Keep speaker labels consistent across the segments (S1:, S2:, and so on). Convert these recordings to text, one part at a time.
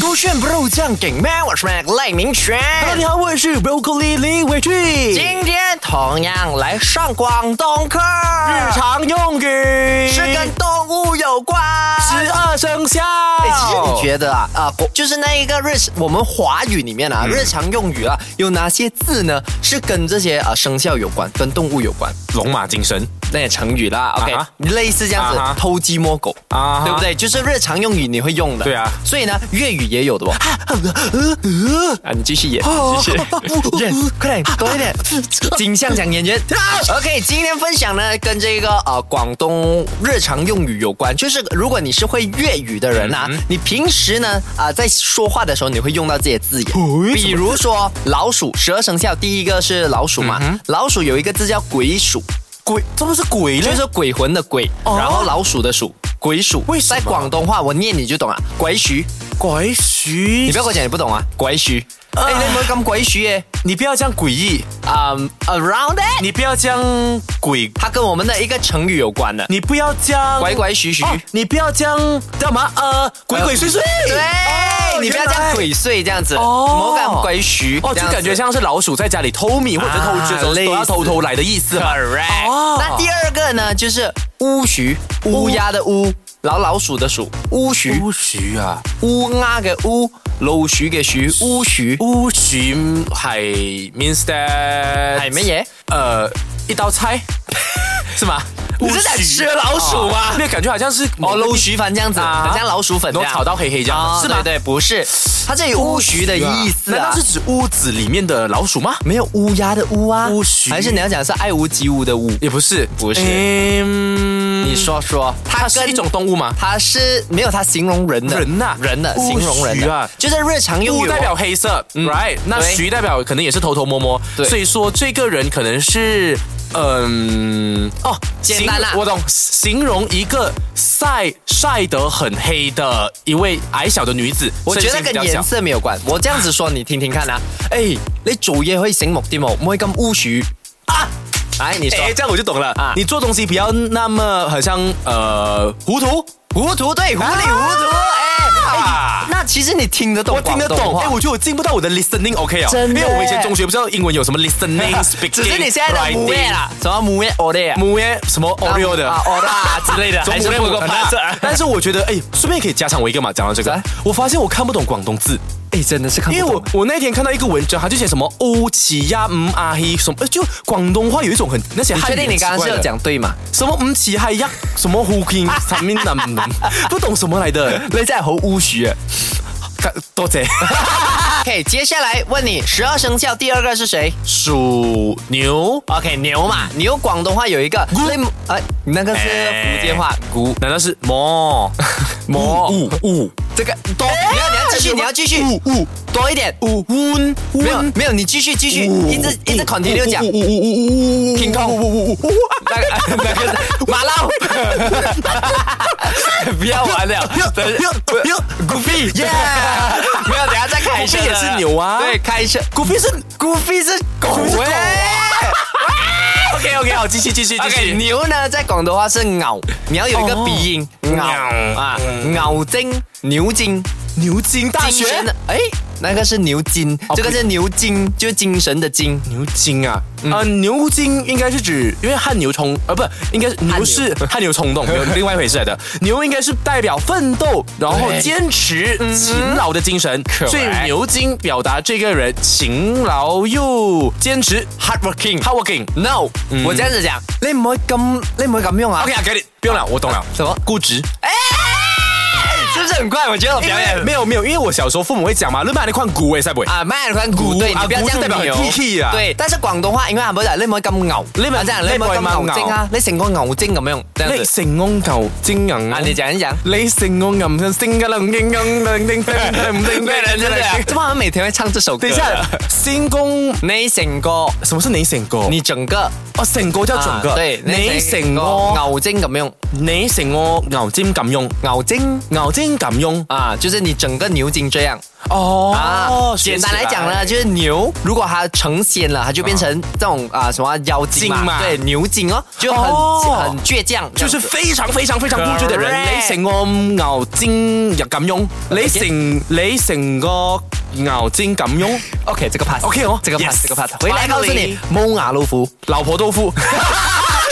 S1: 勾选 bro 酱给麦，我是 Mac 赖明全。
S2: Hello，你好，我是 Broccoli 李伟俊。日
S1: 今天同样来上广东课，日
S2: 常用语
S1: 是跟动物有关。
S2: 十二生肖。
S1: 哎其实你觉得啊啊、国就是那一个日我们华语里面啊、日常用语啊，有哪些字呢是跟这些啊生肖有关，跟动物有关？
S2: 龙马精神
S1: 那些成语啦，OK，、
S2: 啊哈
S1: 类似这样子，
S2: 啊哈
S1: 偷鸡摸狗
S2: 啊哈
S1: 对不对？就是日常用语你会用的。
S2: 对啊
S1: 所以呢，粤语也有的哦。啊，你继续演， 继续演，快
S2: 啊
S1: 点，多一点，景象讲演员。OK，今天分享呢，跟这个呃广东日常用语有关，就是如果你是会粤语的人啊，
S2: 嗯
S1: 你平时呢啊、在说话的时候，你会用到这些字
S2: 嗯
S1: 眼，比如说老鼠，十二生肖第一个是老鼠嘛，
S2: 嗯
S1: 老鼠有一个字叫鬼鼠。
S2: 鬼，怎么是鬼呢
S1: 就？是鬼魂的鬼，
S2: 哎哦
S1: 然后老鼠的鼠，鬼鼠。
S2: 为什么
S1: 在广东话我念你就懂了，鬼鼠。
S2: 鬼
S1: 你
S2: 鼠
S1: 不，要跟我讲你不懂啊，鬼鼠。哎、你有没有咁鬼鼠耶？
S2: 你不要这样诡异，
S1: 啊、a r o u n d it，
S2: 你不要这样鬼，
S1: 它跟我们的一个成语有关的，
S2: 你不要这样
S1: 拐拐徐徐。
S2: 哦你不要这样干嘛？呃，鬼鬼祟祟。
S1: 对，
S2: 哦
S1: 你不要这样。
S2: 原来
S1: 鬼祟这样子，
S2: 哦
S1: 莫敢鬼鼠。
S2: 哦，就感觉像是老鼠在家里偷米或者偷吃的时候
S1: 啊类似
S2: 都要偷偷来的意
S1: 啊
S2: 思嘛。
S1: correct、
S2: 哦
S1: 那第二个呢，就是乌鼠，乌鸦的乌，老老鼠的鼠，乌鼠，
S2: 巫鼠啊，
S1: 乌鸦嘅乌，老鼠嘅鼠，乌鼠
S2: 巫鼠系 means that
S1: 系乜嘢？
S2: 呃，一刀菜 是吗？
S1: 你是在吃老鼠吗
S2: 哦那感觉好像是
S1: 哦，捞徐凡这样子，
S2: 啊
S1: 很像老鼠粉
S2: 然
S1: 这
S2: 后
S1: 样，
S2: 炒到黑黑这样
S1: 啊，
S2: 的，是吗？
S1: 对对，不是，它这里乌徐的意思
S2: 难
S1: 啊
S2: 道是，指屋子里面的老鼠吗？
S1: 没有乌鸦的乌啊，
S2: 乌徐
S1: 还是你要讲是爱屋及乌的乌？
S2: 也不是，
S1: 不是
S2: 嗯
S1: 你说说，
S2: 它是
S1: 跟
S2: 一种动物吗？
S1: 它是没有它形容人的
S2: 人呐
S1: 人的
S2: 乌
S1: 形容人
S2: 徐
S1: 的
S2: 啊，
S1: 就是日常用
S2: 乌
S1: 语
S2: 代表黑色，right？那
S1: 嗯对
S2: 徐代表可能也是偷偷摸摸，
S1: 对
S2: 所以说这个人可能是，嗯，哦，
S1: 简单啊啦
S2: 形我懂，形容一个晒晒得很黑的一位矮小的女子，
S1: 我觉得
S2: 身形比
S1: 跟
S2: 较小
S1: 颜色没有关。我这样子说，你听听看啊。哎，你做嘢可以醒目啲冇，唔可以咁乌徐啊。来，你说
S2: 哎，这样我就懂了
S1: 啊
S2: 你做东西不要那么好像呃糊涂，
S1: 糊涂对，糊里糊涂。哎哎
S2: 啊，
S1: 那其实你听得懂
S2: 我听得
S1: 广东
S2: 懂。
S1: 话
S2: 哎，我觉得我进步到我的 listening OK 哦，
S1: 真的
S2: 因为我以前中学不知道英文有什么 listening
S1: 啊
S2: speaking，
S1: 只是你现在的母耶啦，什么母耶 o 的呀
S2: writing，母耶什么 Oreo 的
S1: 啊 o 啦之类的，
S2: 总
S1: 还是
S2: 不能
S1: 不够
S2: 我
S1: 巴
S2: 很 大但是我觉得，哎，顺便可以加上我一个嘛。讲到这个
S1: 啥，
S2: 我发现我看不懂广东字，
S1: 哎，真的是看
S2: 因为我我那天看到一个文章，他就写什么欧奇呀、嗯阿黑什么，哎就广东话有一种很那些
S1: 你
S2: 汉
S1: 确
S2: 语
S1: 定你刚
S2: 很
S1: 刚是
S2: 奇怪
S1: 有
S2: 的
S1: 讲对吗？
S2: 什么嗯奇嗨呀，什么胡金什么 南 南，不懂什么来的。
S1: 你真系好污鼠啊
S2: 感 多谢。
S1: ！OK，接下来问你十二生肖第二个是谁
S2: 属牛，
S1: ？OK，牛嘛，牛广东话有一个，所以哎，你那个是
S2: 哎
S1: 福建话，
S2: 古难道是魔魔
S1: 呜
S2: 五
S1: 这个多，
S2: 哎
S1: 你要你要继续，你要继续，
S2: 五
S1: 多一点，
S2: 五温
S1: 没有没有，你继续继续，一直一直 continue 讲，
S2: 呜呜呜呜，
S1: 天空
S2: 呜呜呜，
S1: 那个那 个是马lao，不要玩了，等一下
S2: 古飞
S1: 耶！ 没有，等下再开车
S2: Goofy 也是牛啊
S1: 对，开车。
S2: 古飞是啊
S1: 孤僻是狗
S2: OK OK 好，继续继续继
S1: OK，
S2: 续。
S1: 牛呢，在广东话是牛，你要有一个
S2: 哦
S1: 鼻音，牛啊，牛精、牛精、
S2: 牛津嗯大
S1: 精
S2: 学，哦
S1: 神的，哎，那个是牛筋，这个是牛筋，就是精神的精。
S2: 牛筋啊，呃，牛筋应该是指，因为汗牛充，呃，不，应该是牛是汗牛 充栋，没有另外一回事来的。牛应该是代表奋斗，然后
S1: 对
S2: 坚持、勤劳的精神，所以牛筋表达这个人勤劳又坚持，hard working，hard working。
S1: No，我这样子讲，你唔可以咁，你唔可以咁用啊
S2: OK 啊，给你，不用了，我懂了。
S1: 什么？
S2: 固执？
S1: 是不是很怪？我觉得我表演
S2: 哎没有没有，因为我小时候父母会讲嘛，你把那块骨哎塞不？
S1: 啊，卖关古
S2: 古
S1: 对，
S2: 啊
S1: 你不要
S2: 古
S1: 这样
S2: 是代表
S1: 牛
S2: 很 Kiki 啊
S1: 对，但是广东话因为係咪就係你唔可以咁牛，
S2: 你咪
S1: 啊這樣你
S2: 你
S1: 唔可以
S2: 唔可以
S1: 咁牛
S2: 咁
S1: 精啊，你成個牛精咁樣，這樣
S2: 你
S1: 子
S2: 成功牛精人
S1: 啊，
S2: 啊！
S1: 你講一講。
S2: 你成功牛精人，叮叮叮叮叮叮 叮
S1: 对对对
S2: 啊
S1: 对，怎么好像每天会 唱这首歌？
S2: 等一下，，成功
S1: 你整个，
S2: 什么是你成功？
S1: 你整个，
S2: 哦，成功叫整个。
S1: 啊对，
S2: 你成
S1: 個
S2: 功，
S1: 牛精咁样，
S2: 你成功牛尖咁用，
S1: 牛精
S2: 牛尖性感用
S1: 啊，就是你整个牛筋这样
S2: 哦
S1: 啊。简单来讲呢，，就是牛如果它成仙了，它就变成这种啊什么妖精
S2: 精
S1: 嘛，
S2: 嘛
S1: 对，牛精哦，就很
S2: 啊哦
S1: 很倔强，
S2: 就是非常非常非常固执的人，
S1: Correct
S2: 你成個牛精又咁用，你成你成個牛精咁用，
S1: OK 这个 pass。
S2: OK 哦
S1: 这个 pass，
S2: Yes
S1: 这个 pass。回来告诉你
S2: Finally，
S1: 蒙牙老虎。
S2: 老婆豆腐，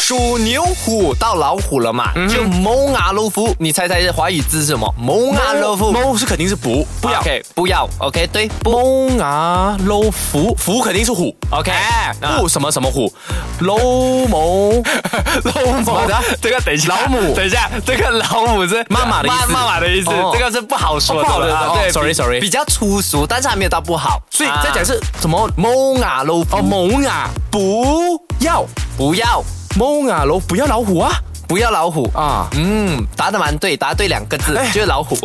S1: 属牛虎到老虎了嘛，
S2: 嗯
S1: 就蒙牙老虎。你猜猜华语字是什么？蒙牙老虎。
S2: 猫是肯定是不不要，
S1: OK，不要。OK，对，不。
S2: 猫牙老虎，虎肯定是虎。
S1: OK，
S2: 哎，
S1: 啊
S2: 不什么什么虎，老母 老母的，
S3: 这个等一下，
S2: 老母
S3: 等一下，这个老母是
S2: 妈妈的意思
S3: 妈妈妈的意思
S2: 哦，
S3: 这个是不好说
S2: 哦
S3: 的
S2: 不好的
S3: 啦
S2: 哦
S3: 对比
S2: sorry，sorry
S1: 比较粗俗，但是还没有到不好。
S2: 所以
S1: 啊
S2: 再讲是什么？
S1: 蒙牙老
S2: 哦，
S1: 虎，
S2: 猛牙不要，
S1: 不要，
S2: 猛牙老不要老虎啊
S1: 不要老虎。
S2: 啊！
S1: 嗯，答的蛮对，答对两个字
S2: 哎啊
S1: 就是老虎。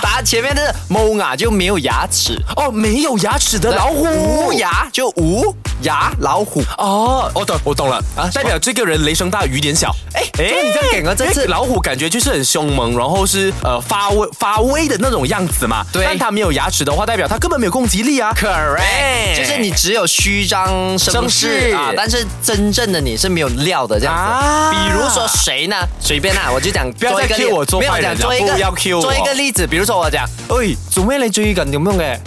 S1: 答前面的蒙牙就没有牙齿，
S2: 哦，没有牙齿的老虎
S1: 无牙就无牙老虎。
S2: 哦，我懂，我懂了
S1: 啊
S2: 啊，代表这个人雷声大雨点小。
S1: 哎
S2: 诶
S1: 你这样给个这
S2: 因
S1: 次
S2: 为老虎感觉就是很凶猛，然后是呃发威发威的那种样子嘛。
S1: 对
S2: 但它没有牙齿的话，代表它根本没有攻击力啊。
S1: Correct，
S2: 哎
S1: 就是你只有虚张声
S2: 声
S1: 势
S2: 势
S1: 啊，但是真正的你是没有料的这样子。
S2: 啊
S1: 比如说谁呢？随便啊，我就讲，不
S2: 要再 cue 我做
S1: 没有
S2: 坏人
S1: 讲
S2: 了
S1: 做一个
S2: 不要 cue 我
S1: 做一个例子，比如说我讲，
S2: 喂，做咩你最近咁樣嘅？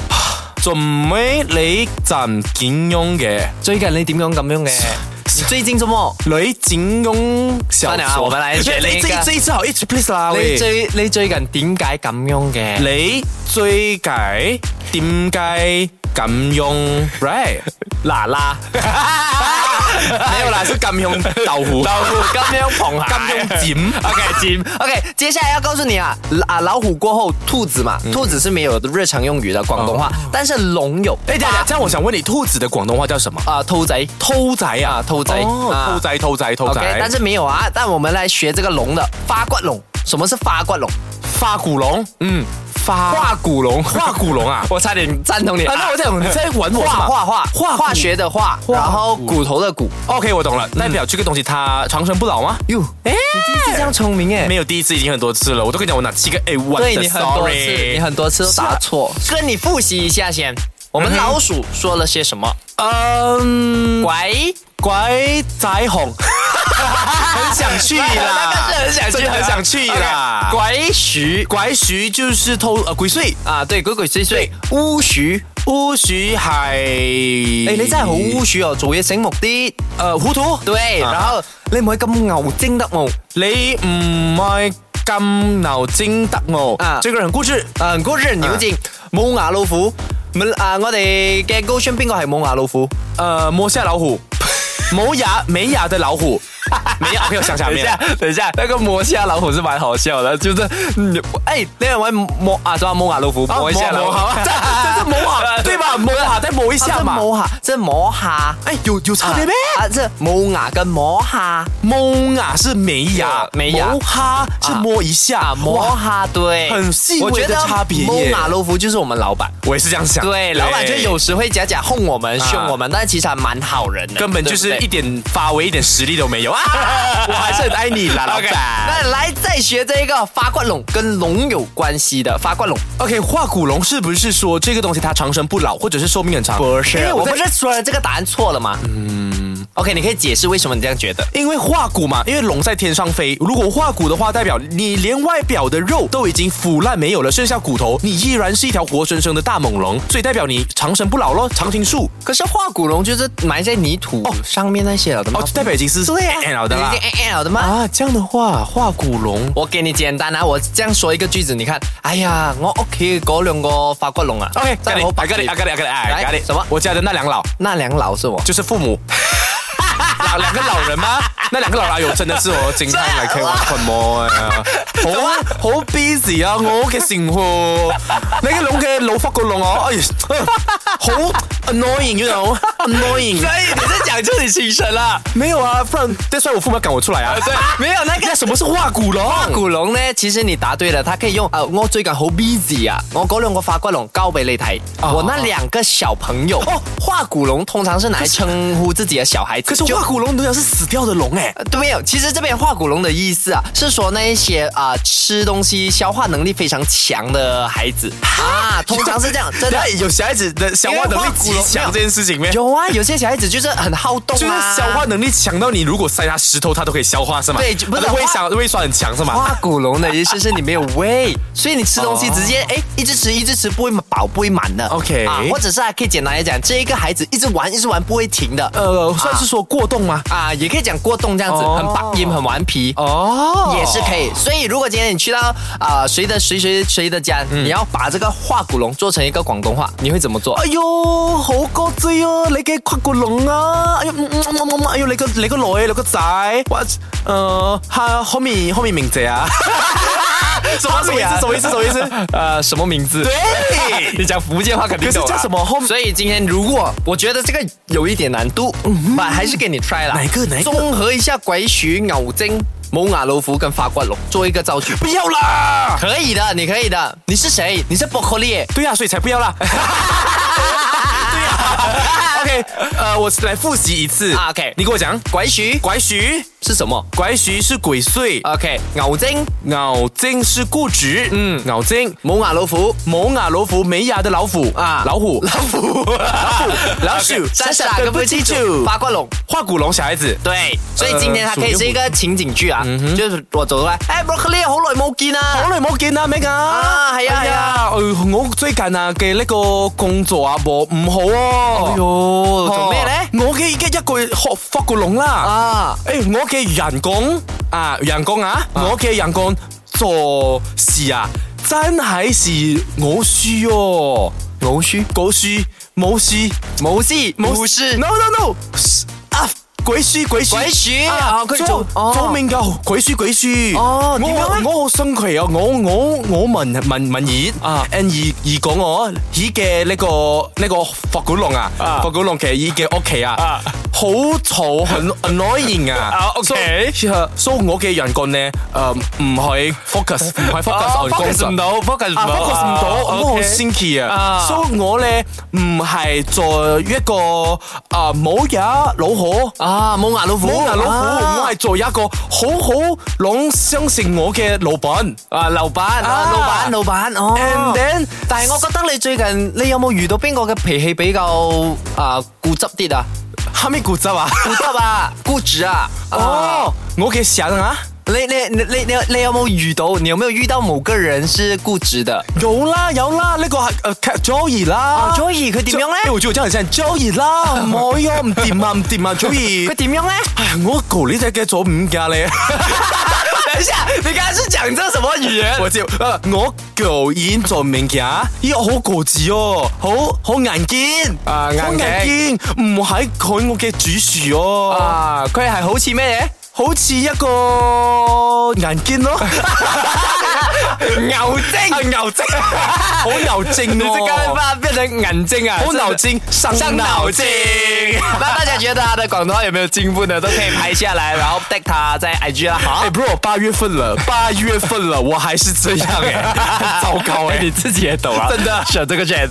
S2: 做咩你陣點樣嘅？
S1: 最近你點樣咁樣嘅？ 你最近做乜？
S2: 你整容小
S1: 算了啊
S2: 说，
S1: 我们来选
S2: 你
S1: 一个
S2: 这这一次好，一次 please 啦，
S1: 你
S2: 喂。
S1: 最你最近點解咁樣嘅？
S2: 你最近點解咁用？Right，嗱啦，沒有啦，是咁用豆 腐，
S1: 老虎咁樣捧啊下
S2: 咁用剪。
S3: ，OK，金
S1: OK，接下来要告诉你啊，啊老虎过后兔子嘛，兔子是没有日常用语的广东话，但是龙有。
S2: 哎，等一下，這樣我想問你，兔子的廣東話叫什麼？
S1: 啊，兔仔，
S2: 偷仔啊，
S1: 兔仔啊
S2: 哦，偷仔，偷仔，偷
S1: OK，
S2: 仔。
S1: 但是没有啊。但我们来学这个龙的发骨龙。什么是发骨龙？
S2: 发古龙，
S1: 嗯，
S2: 发
S1: 化
S2: 古龙，化古龙
S1: ！
S2: 啊
S1: 我差点赞同你。
S2: 啊，那我在想你在玩我是
S1: 化
S2: 吗
S1: 化化
S2: 化骨
S1: 化学的化，
S2: 化骨
S1: 然后骨头的骨。
S2: ？OK，我懂了，代表这个東西它長生不老嗎？
S1: 哟，哎，你第一次这样聪明哎
S2: 没有，第一次已经很多次了。我都跟你讲，我哪七个哎 A one
S1: 对你很多次，你很多次都答错。嗯跟啊你复习一下先，我们老鼠说了些什么？
S2: 嗯，
S1: 喂，
S2: 鬼仔红，很想去
S1: 那个是
S2: 啦，
S1: 很想去
S2: 真
S1: 的，
S2: 的很想去 啦。
S1: OK，鬼鼠
S2: 鬼鼠就是偷呃鬼祟，
S1: 啊，对，鬼鬼祟祟，乌鼠。
S2: 乌鼠系
S1: 诶，
S2: 诶
S1: 哎你真系好乌鼠哦，做嘢醒目啲。
S2: 诶糊涂，
S1: 对，
S2: 啊
S1: 然后你唔可以咁牛精得冇。
S2: 你唔系咁牛精得我
S1: 啊
S2: 这个人固执，
S1: 啊，嗰只牛精冇牙老虎，咪啊，我哋嘅高商邊個係冇牙老虎？
S2: 呃摸下老 虎，磨牙没牙的老虎，没牙，没有想想
S3: 等
S2: 没
S3: 一
S2: 有
S1: 啊
S3: 下，，等一下，那个磨下老虎是蛮好笑的，就是嗯
S1: 哎，你係咪摸啊？仲有冇牙老虎？摸一下老
S2: 磨
S1: 虎，
S2: 好啊，这这 是磨牙对吧？磨牙再磨一
S1: 啊
S2: 下
S1: 即係
S2: 嘛，
S1: 摸下，即係摸下。
S2: 哎有有差别咩？
S1: 啊，即係冇牙嘅摸下，
S2: 蒙啊是没牙，
S1: 没牙
S2: 磨哈是摸一下，
S1: 啊，摸
S2: 哇。
S1: 下，对，
S2: 很细微的差别耶
S1: 我覺得摸牙老虎就是我们老板，
S2: 我也是这样想，
S1: 对，老板就有时会假假哄我们、凶我们，但是其实还蛮好人的，
S2: 根本就
S1: 对
S2: 是
S1: 不对
S2: 一 点发威、一点实力都没有啊！ 我还是很爱你 啦，老
S1: OK，
S2: 板。
S1: 那来再学这一个发冠龙，跟龙有关系的发冠龙。
S2: OK，化骨龙是不是说这个东西它长生不老，或者是寿命很长？因为
S1: 我
S2: 我
S1: 不
S2: 不
S1: 是
S2: 是。
S1: 说了这个答案错了吗？嗯，OK，你可以解释为什么你这样觉得。
S2: 因为化骨嘛，因为龙在天上飞。如果化骨的话，代表你连外表的肉都已经腐烂没有了，剩下骨头，你依然是一条活生生的大猛龙，所以代表你长生不老咯，长青树
S1: 可是化骨龙就是埋在泥土上面那些了的吗
S2: 哦，？代表已经是
S1: 对呀、
S2: 老的啦
S1: 已经 N N 了的吗？
S2: 啊。这样的话，化骨龙
S1: 我给你简单啊，我这样说一个句子，你看，哎呀，我屋企嗰兩個發骨龍啊
S2: OK，
S1: 真
S2: 咖
S1: 係好
S2: 喱，
S1: 白
S2: 咖喱，咖喱，咖喱，哎，咖喱，
S1: 什么
S2: 我家的那两老
S1: 那兩老是我。
S2: 就是父母，老两个老人吗？那两个老人有哎真的 是哦啊我经常嚟佢玩群魔啊，好啊，好 busy 啊，我嘅生活，你嘅龍嘅老福個龍我，哎，好 annoying，you know，annoying
S1: 所。以你是讲出你心声啦？
S2: 没有啊，不然 that's why 我父母要赶我出来 啊。
S1: 对，没有那个
S2: 那什么是化骨龙？
S1: 花古龍咧，其實你答對了，它可以用呃，我最近好 busy 啊，我嗰兩個法骨龍交俾你睇，
S2: 哦
S1: 我那兩個小朋友。哦
S2: 哦，
S1: 化骨龍通常是拿來稱呼自己的小孩子，
S2: 可是
S1: 就
S2: 化骨龙通常是死掉的龙哎、
S1: 呃对，其实这边化骨龙的意思啊，是说那一些啊、吃东西消化能力非常强的孩子啊，通常是这样，真的
S2: 等。一下有小孩子的消化能力极强这件事情咩？
S1: 有啊， 有些小孩子就是很好动
S2: 就是
S1: 啊。
S2: 消化能力强到你如果塞他石头，他都可以消化是吗？
S1: 对就不是
S2: 他的胃酸胃酸很强是吗？
S1: 化骨龙的意思是你没有胃，所以你吃东西直接哎、一直吃一直吃不会饱不会满的。啊
S2: OK
S1: 或者是还可以简单来讲，这一个孩子一直玩一直玩不会停的。
S2: 呃，算是说过动吗？
S1: 啊，也可以讲过动这样子，
S2: 哦
S1: 很霸音很顽皮。
S2: 哦
S1: 也是可以，所以如果今天你去到啊、谁的谁谁谁的家，你要把这个化骨龙做成一个广东话，你会怎么做？
S2: 哎哟，好高追哦！你嘅骨骨龍啊！哎呦，嗯嗯嗯嗯嗯哎呦，你個你個女，你個仔，我呃，哈，後面後面名字啊？什么什么意 思？什么意思？什么意思？
S1: 呃，什么名字？
S2: 对
S1: 你讲福建话肯定
S2: 可是
S1: 懂啊
S2: 叫什么后面
S1: 所以今天如果我觉得这个有一点难度，但还是给你 try 啦。
S2: 哪一个哪一个
S1: 综合一下鬼鼠、牛精、冇牙老虎跟法官龙，做一个造句。
S2: 不要啦！
S1: 可以的，你可以的。你是谁？你是 broccoli 耶。
S2: 对呀、所以才不要 啦。对 呀、OK，呃，我来复习一次。
S1: 啊，OK
S2: 你跟我讲，
S1: 鬼鼠
S2: 拐许，
S1: 是什么
S2: 拐许是鬼祟，
S1: ？OK，牛精、
S2: 咬精是固执，嗯，咬精。
S1: 冇牙老虎。
S2: 冇牙老虎，没牙的老虎啊，
S1: 啊
S2: 老虎，
S1: 老虎、老
S2: 虎老 鼠
S1: 傻
S2: 傻
S1: 傻
S2: 傻
S1: 跟
S2: 跟
S1: 不
S2: 不
S1: 清
S2: 清
S1: 楚，
S2: 楚
S1: 八卦龙。
S2: 化骨龙小孩子，
S1: 对，所以今天它可以是一个情景剧啊，就是我走过来，哎，broccoli 好耐冇見啊，
S2: 好耐冇見啦，Meg
S1: 啊
S2: 啊，
S1: 係啊
S2: 哎
S1: 係啊
S2: 呀，誒我最近啊嘅呢個工作啊冇唔好
S1: 哎
S2: 哦，
S1: 呦，做咩咧？
S2: 我嘅已經一個月學化骨龍啦，
S1: 啊，
S2: 誒，我嘅人工啊，人工啊，我嘅人工做事啊，真係是我輸哦，
S1: 牛须
S2: 我輸冇輸
S1: 冇事冇事，
S2: ，no no no，啊，鬼輸鬼輸
S1: 鬼鼠
S3: à,
S2: 啊！
S1: 佢
S2: 做
S1: 哦
S2: 做命噶，鬼書鬼書。
S1: 哦點樣咧
S2: 我我好生佢啊！我我我問問問葉
S3: À.
S1: 啊
S2: 啊，and 葉葉講我葉嘅呢個呢個霍古龍啊
S3: 啊，
S2: 霍古龍其實葉嘅屋企啊
S3: 啊，
S2: 好嘈，很 annoying 啊
S3: 啊。，OK À,
S2: So- so 我嘅人工咧，誒唔係 ờ, focus，唔係
S1: 哦
S2: focus on 工
S3: À, focus
S2: 作
S3: 唔。到，focus 唔
S2: 啊
S3: 到
S2: À, ，focus 唔到，
S3: 啊
S2: 我好
S3: OK À.
S2: 先奇啊
S3: 啊！
S2: 所以我咧唔係做一個啊冇嘢老虎。
S1: 啊，冇牙老虎，
S2: 冇牙老虎，我啊
S1: 係
S2: 係做一個好好朗相信我嘅老闆。
S1: 啊老闆啊
S2: 啊
S1: 老闆老闆哦。
S2: And then，
S1: 但係我覺得你最近你有冇遇到邊個嘅脾氣比較啊固執啲啊？
S2: 後尾固執啊？
S1: 固執啊，固執啊。啊
S2: 哦，我嘅想啊，
S1: 你你你你你你有冇遇到？你有没有遇到某个人是固执的？
S2: 有啦有啦，呢個係呃 Ờ, Joey 啦。
S1: Ờ, 哦
S2: 哎
S1: Joey 佢點樣咧
S2: 誒我覺得我真係真係 Joey 啦，唔可以啊，唔掂啊，唔掂啊
S1: 佢
S2: ，Joey。
S1: 點樣咧？
S2: 唉，我狗呢只嘅做五架 咧，
S1: 等一下，你剛才是講這什麼語言？
S2: 我知呃我狗已經做五架，咦，我好固執哦，好好硬堅，
S1: 啊硬
S2: 好
S1: 頸
S2: 硬堅，唔係佢我嘅主樹哦。
S1: 啊，佢係好似咩
S2: 好似一個眼鏡 咯，
S1: 嘢？啊牛精，
S2: 牛精， 好牛精
S1: 你這個
S2: 哦，
S1: 把它變成眼睛啊？
S2: 好牛 精，
S1: 真的，上腦筋。那大家覺得他的廣東話有沒有進步呢？都可以拍下來，然後 tag 他在 IG 啦。好
S2: 哎，，不过八月份了，八 月份了，我还是这样哎、很糟糕哎、
S3: 你自己也懂啊，
S1: à?
S2: 真的
S3: 选这个选。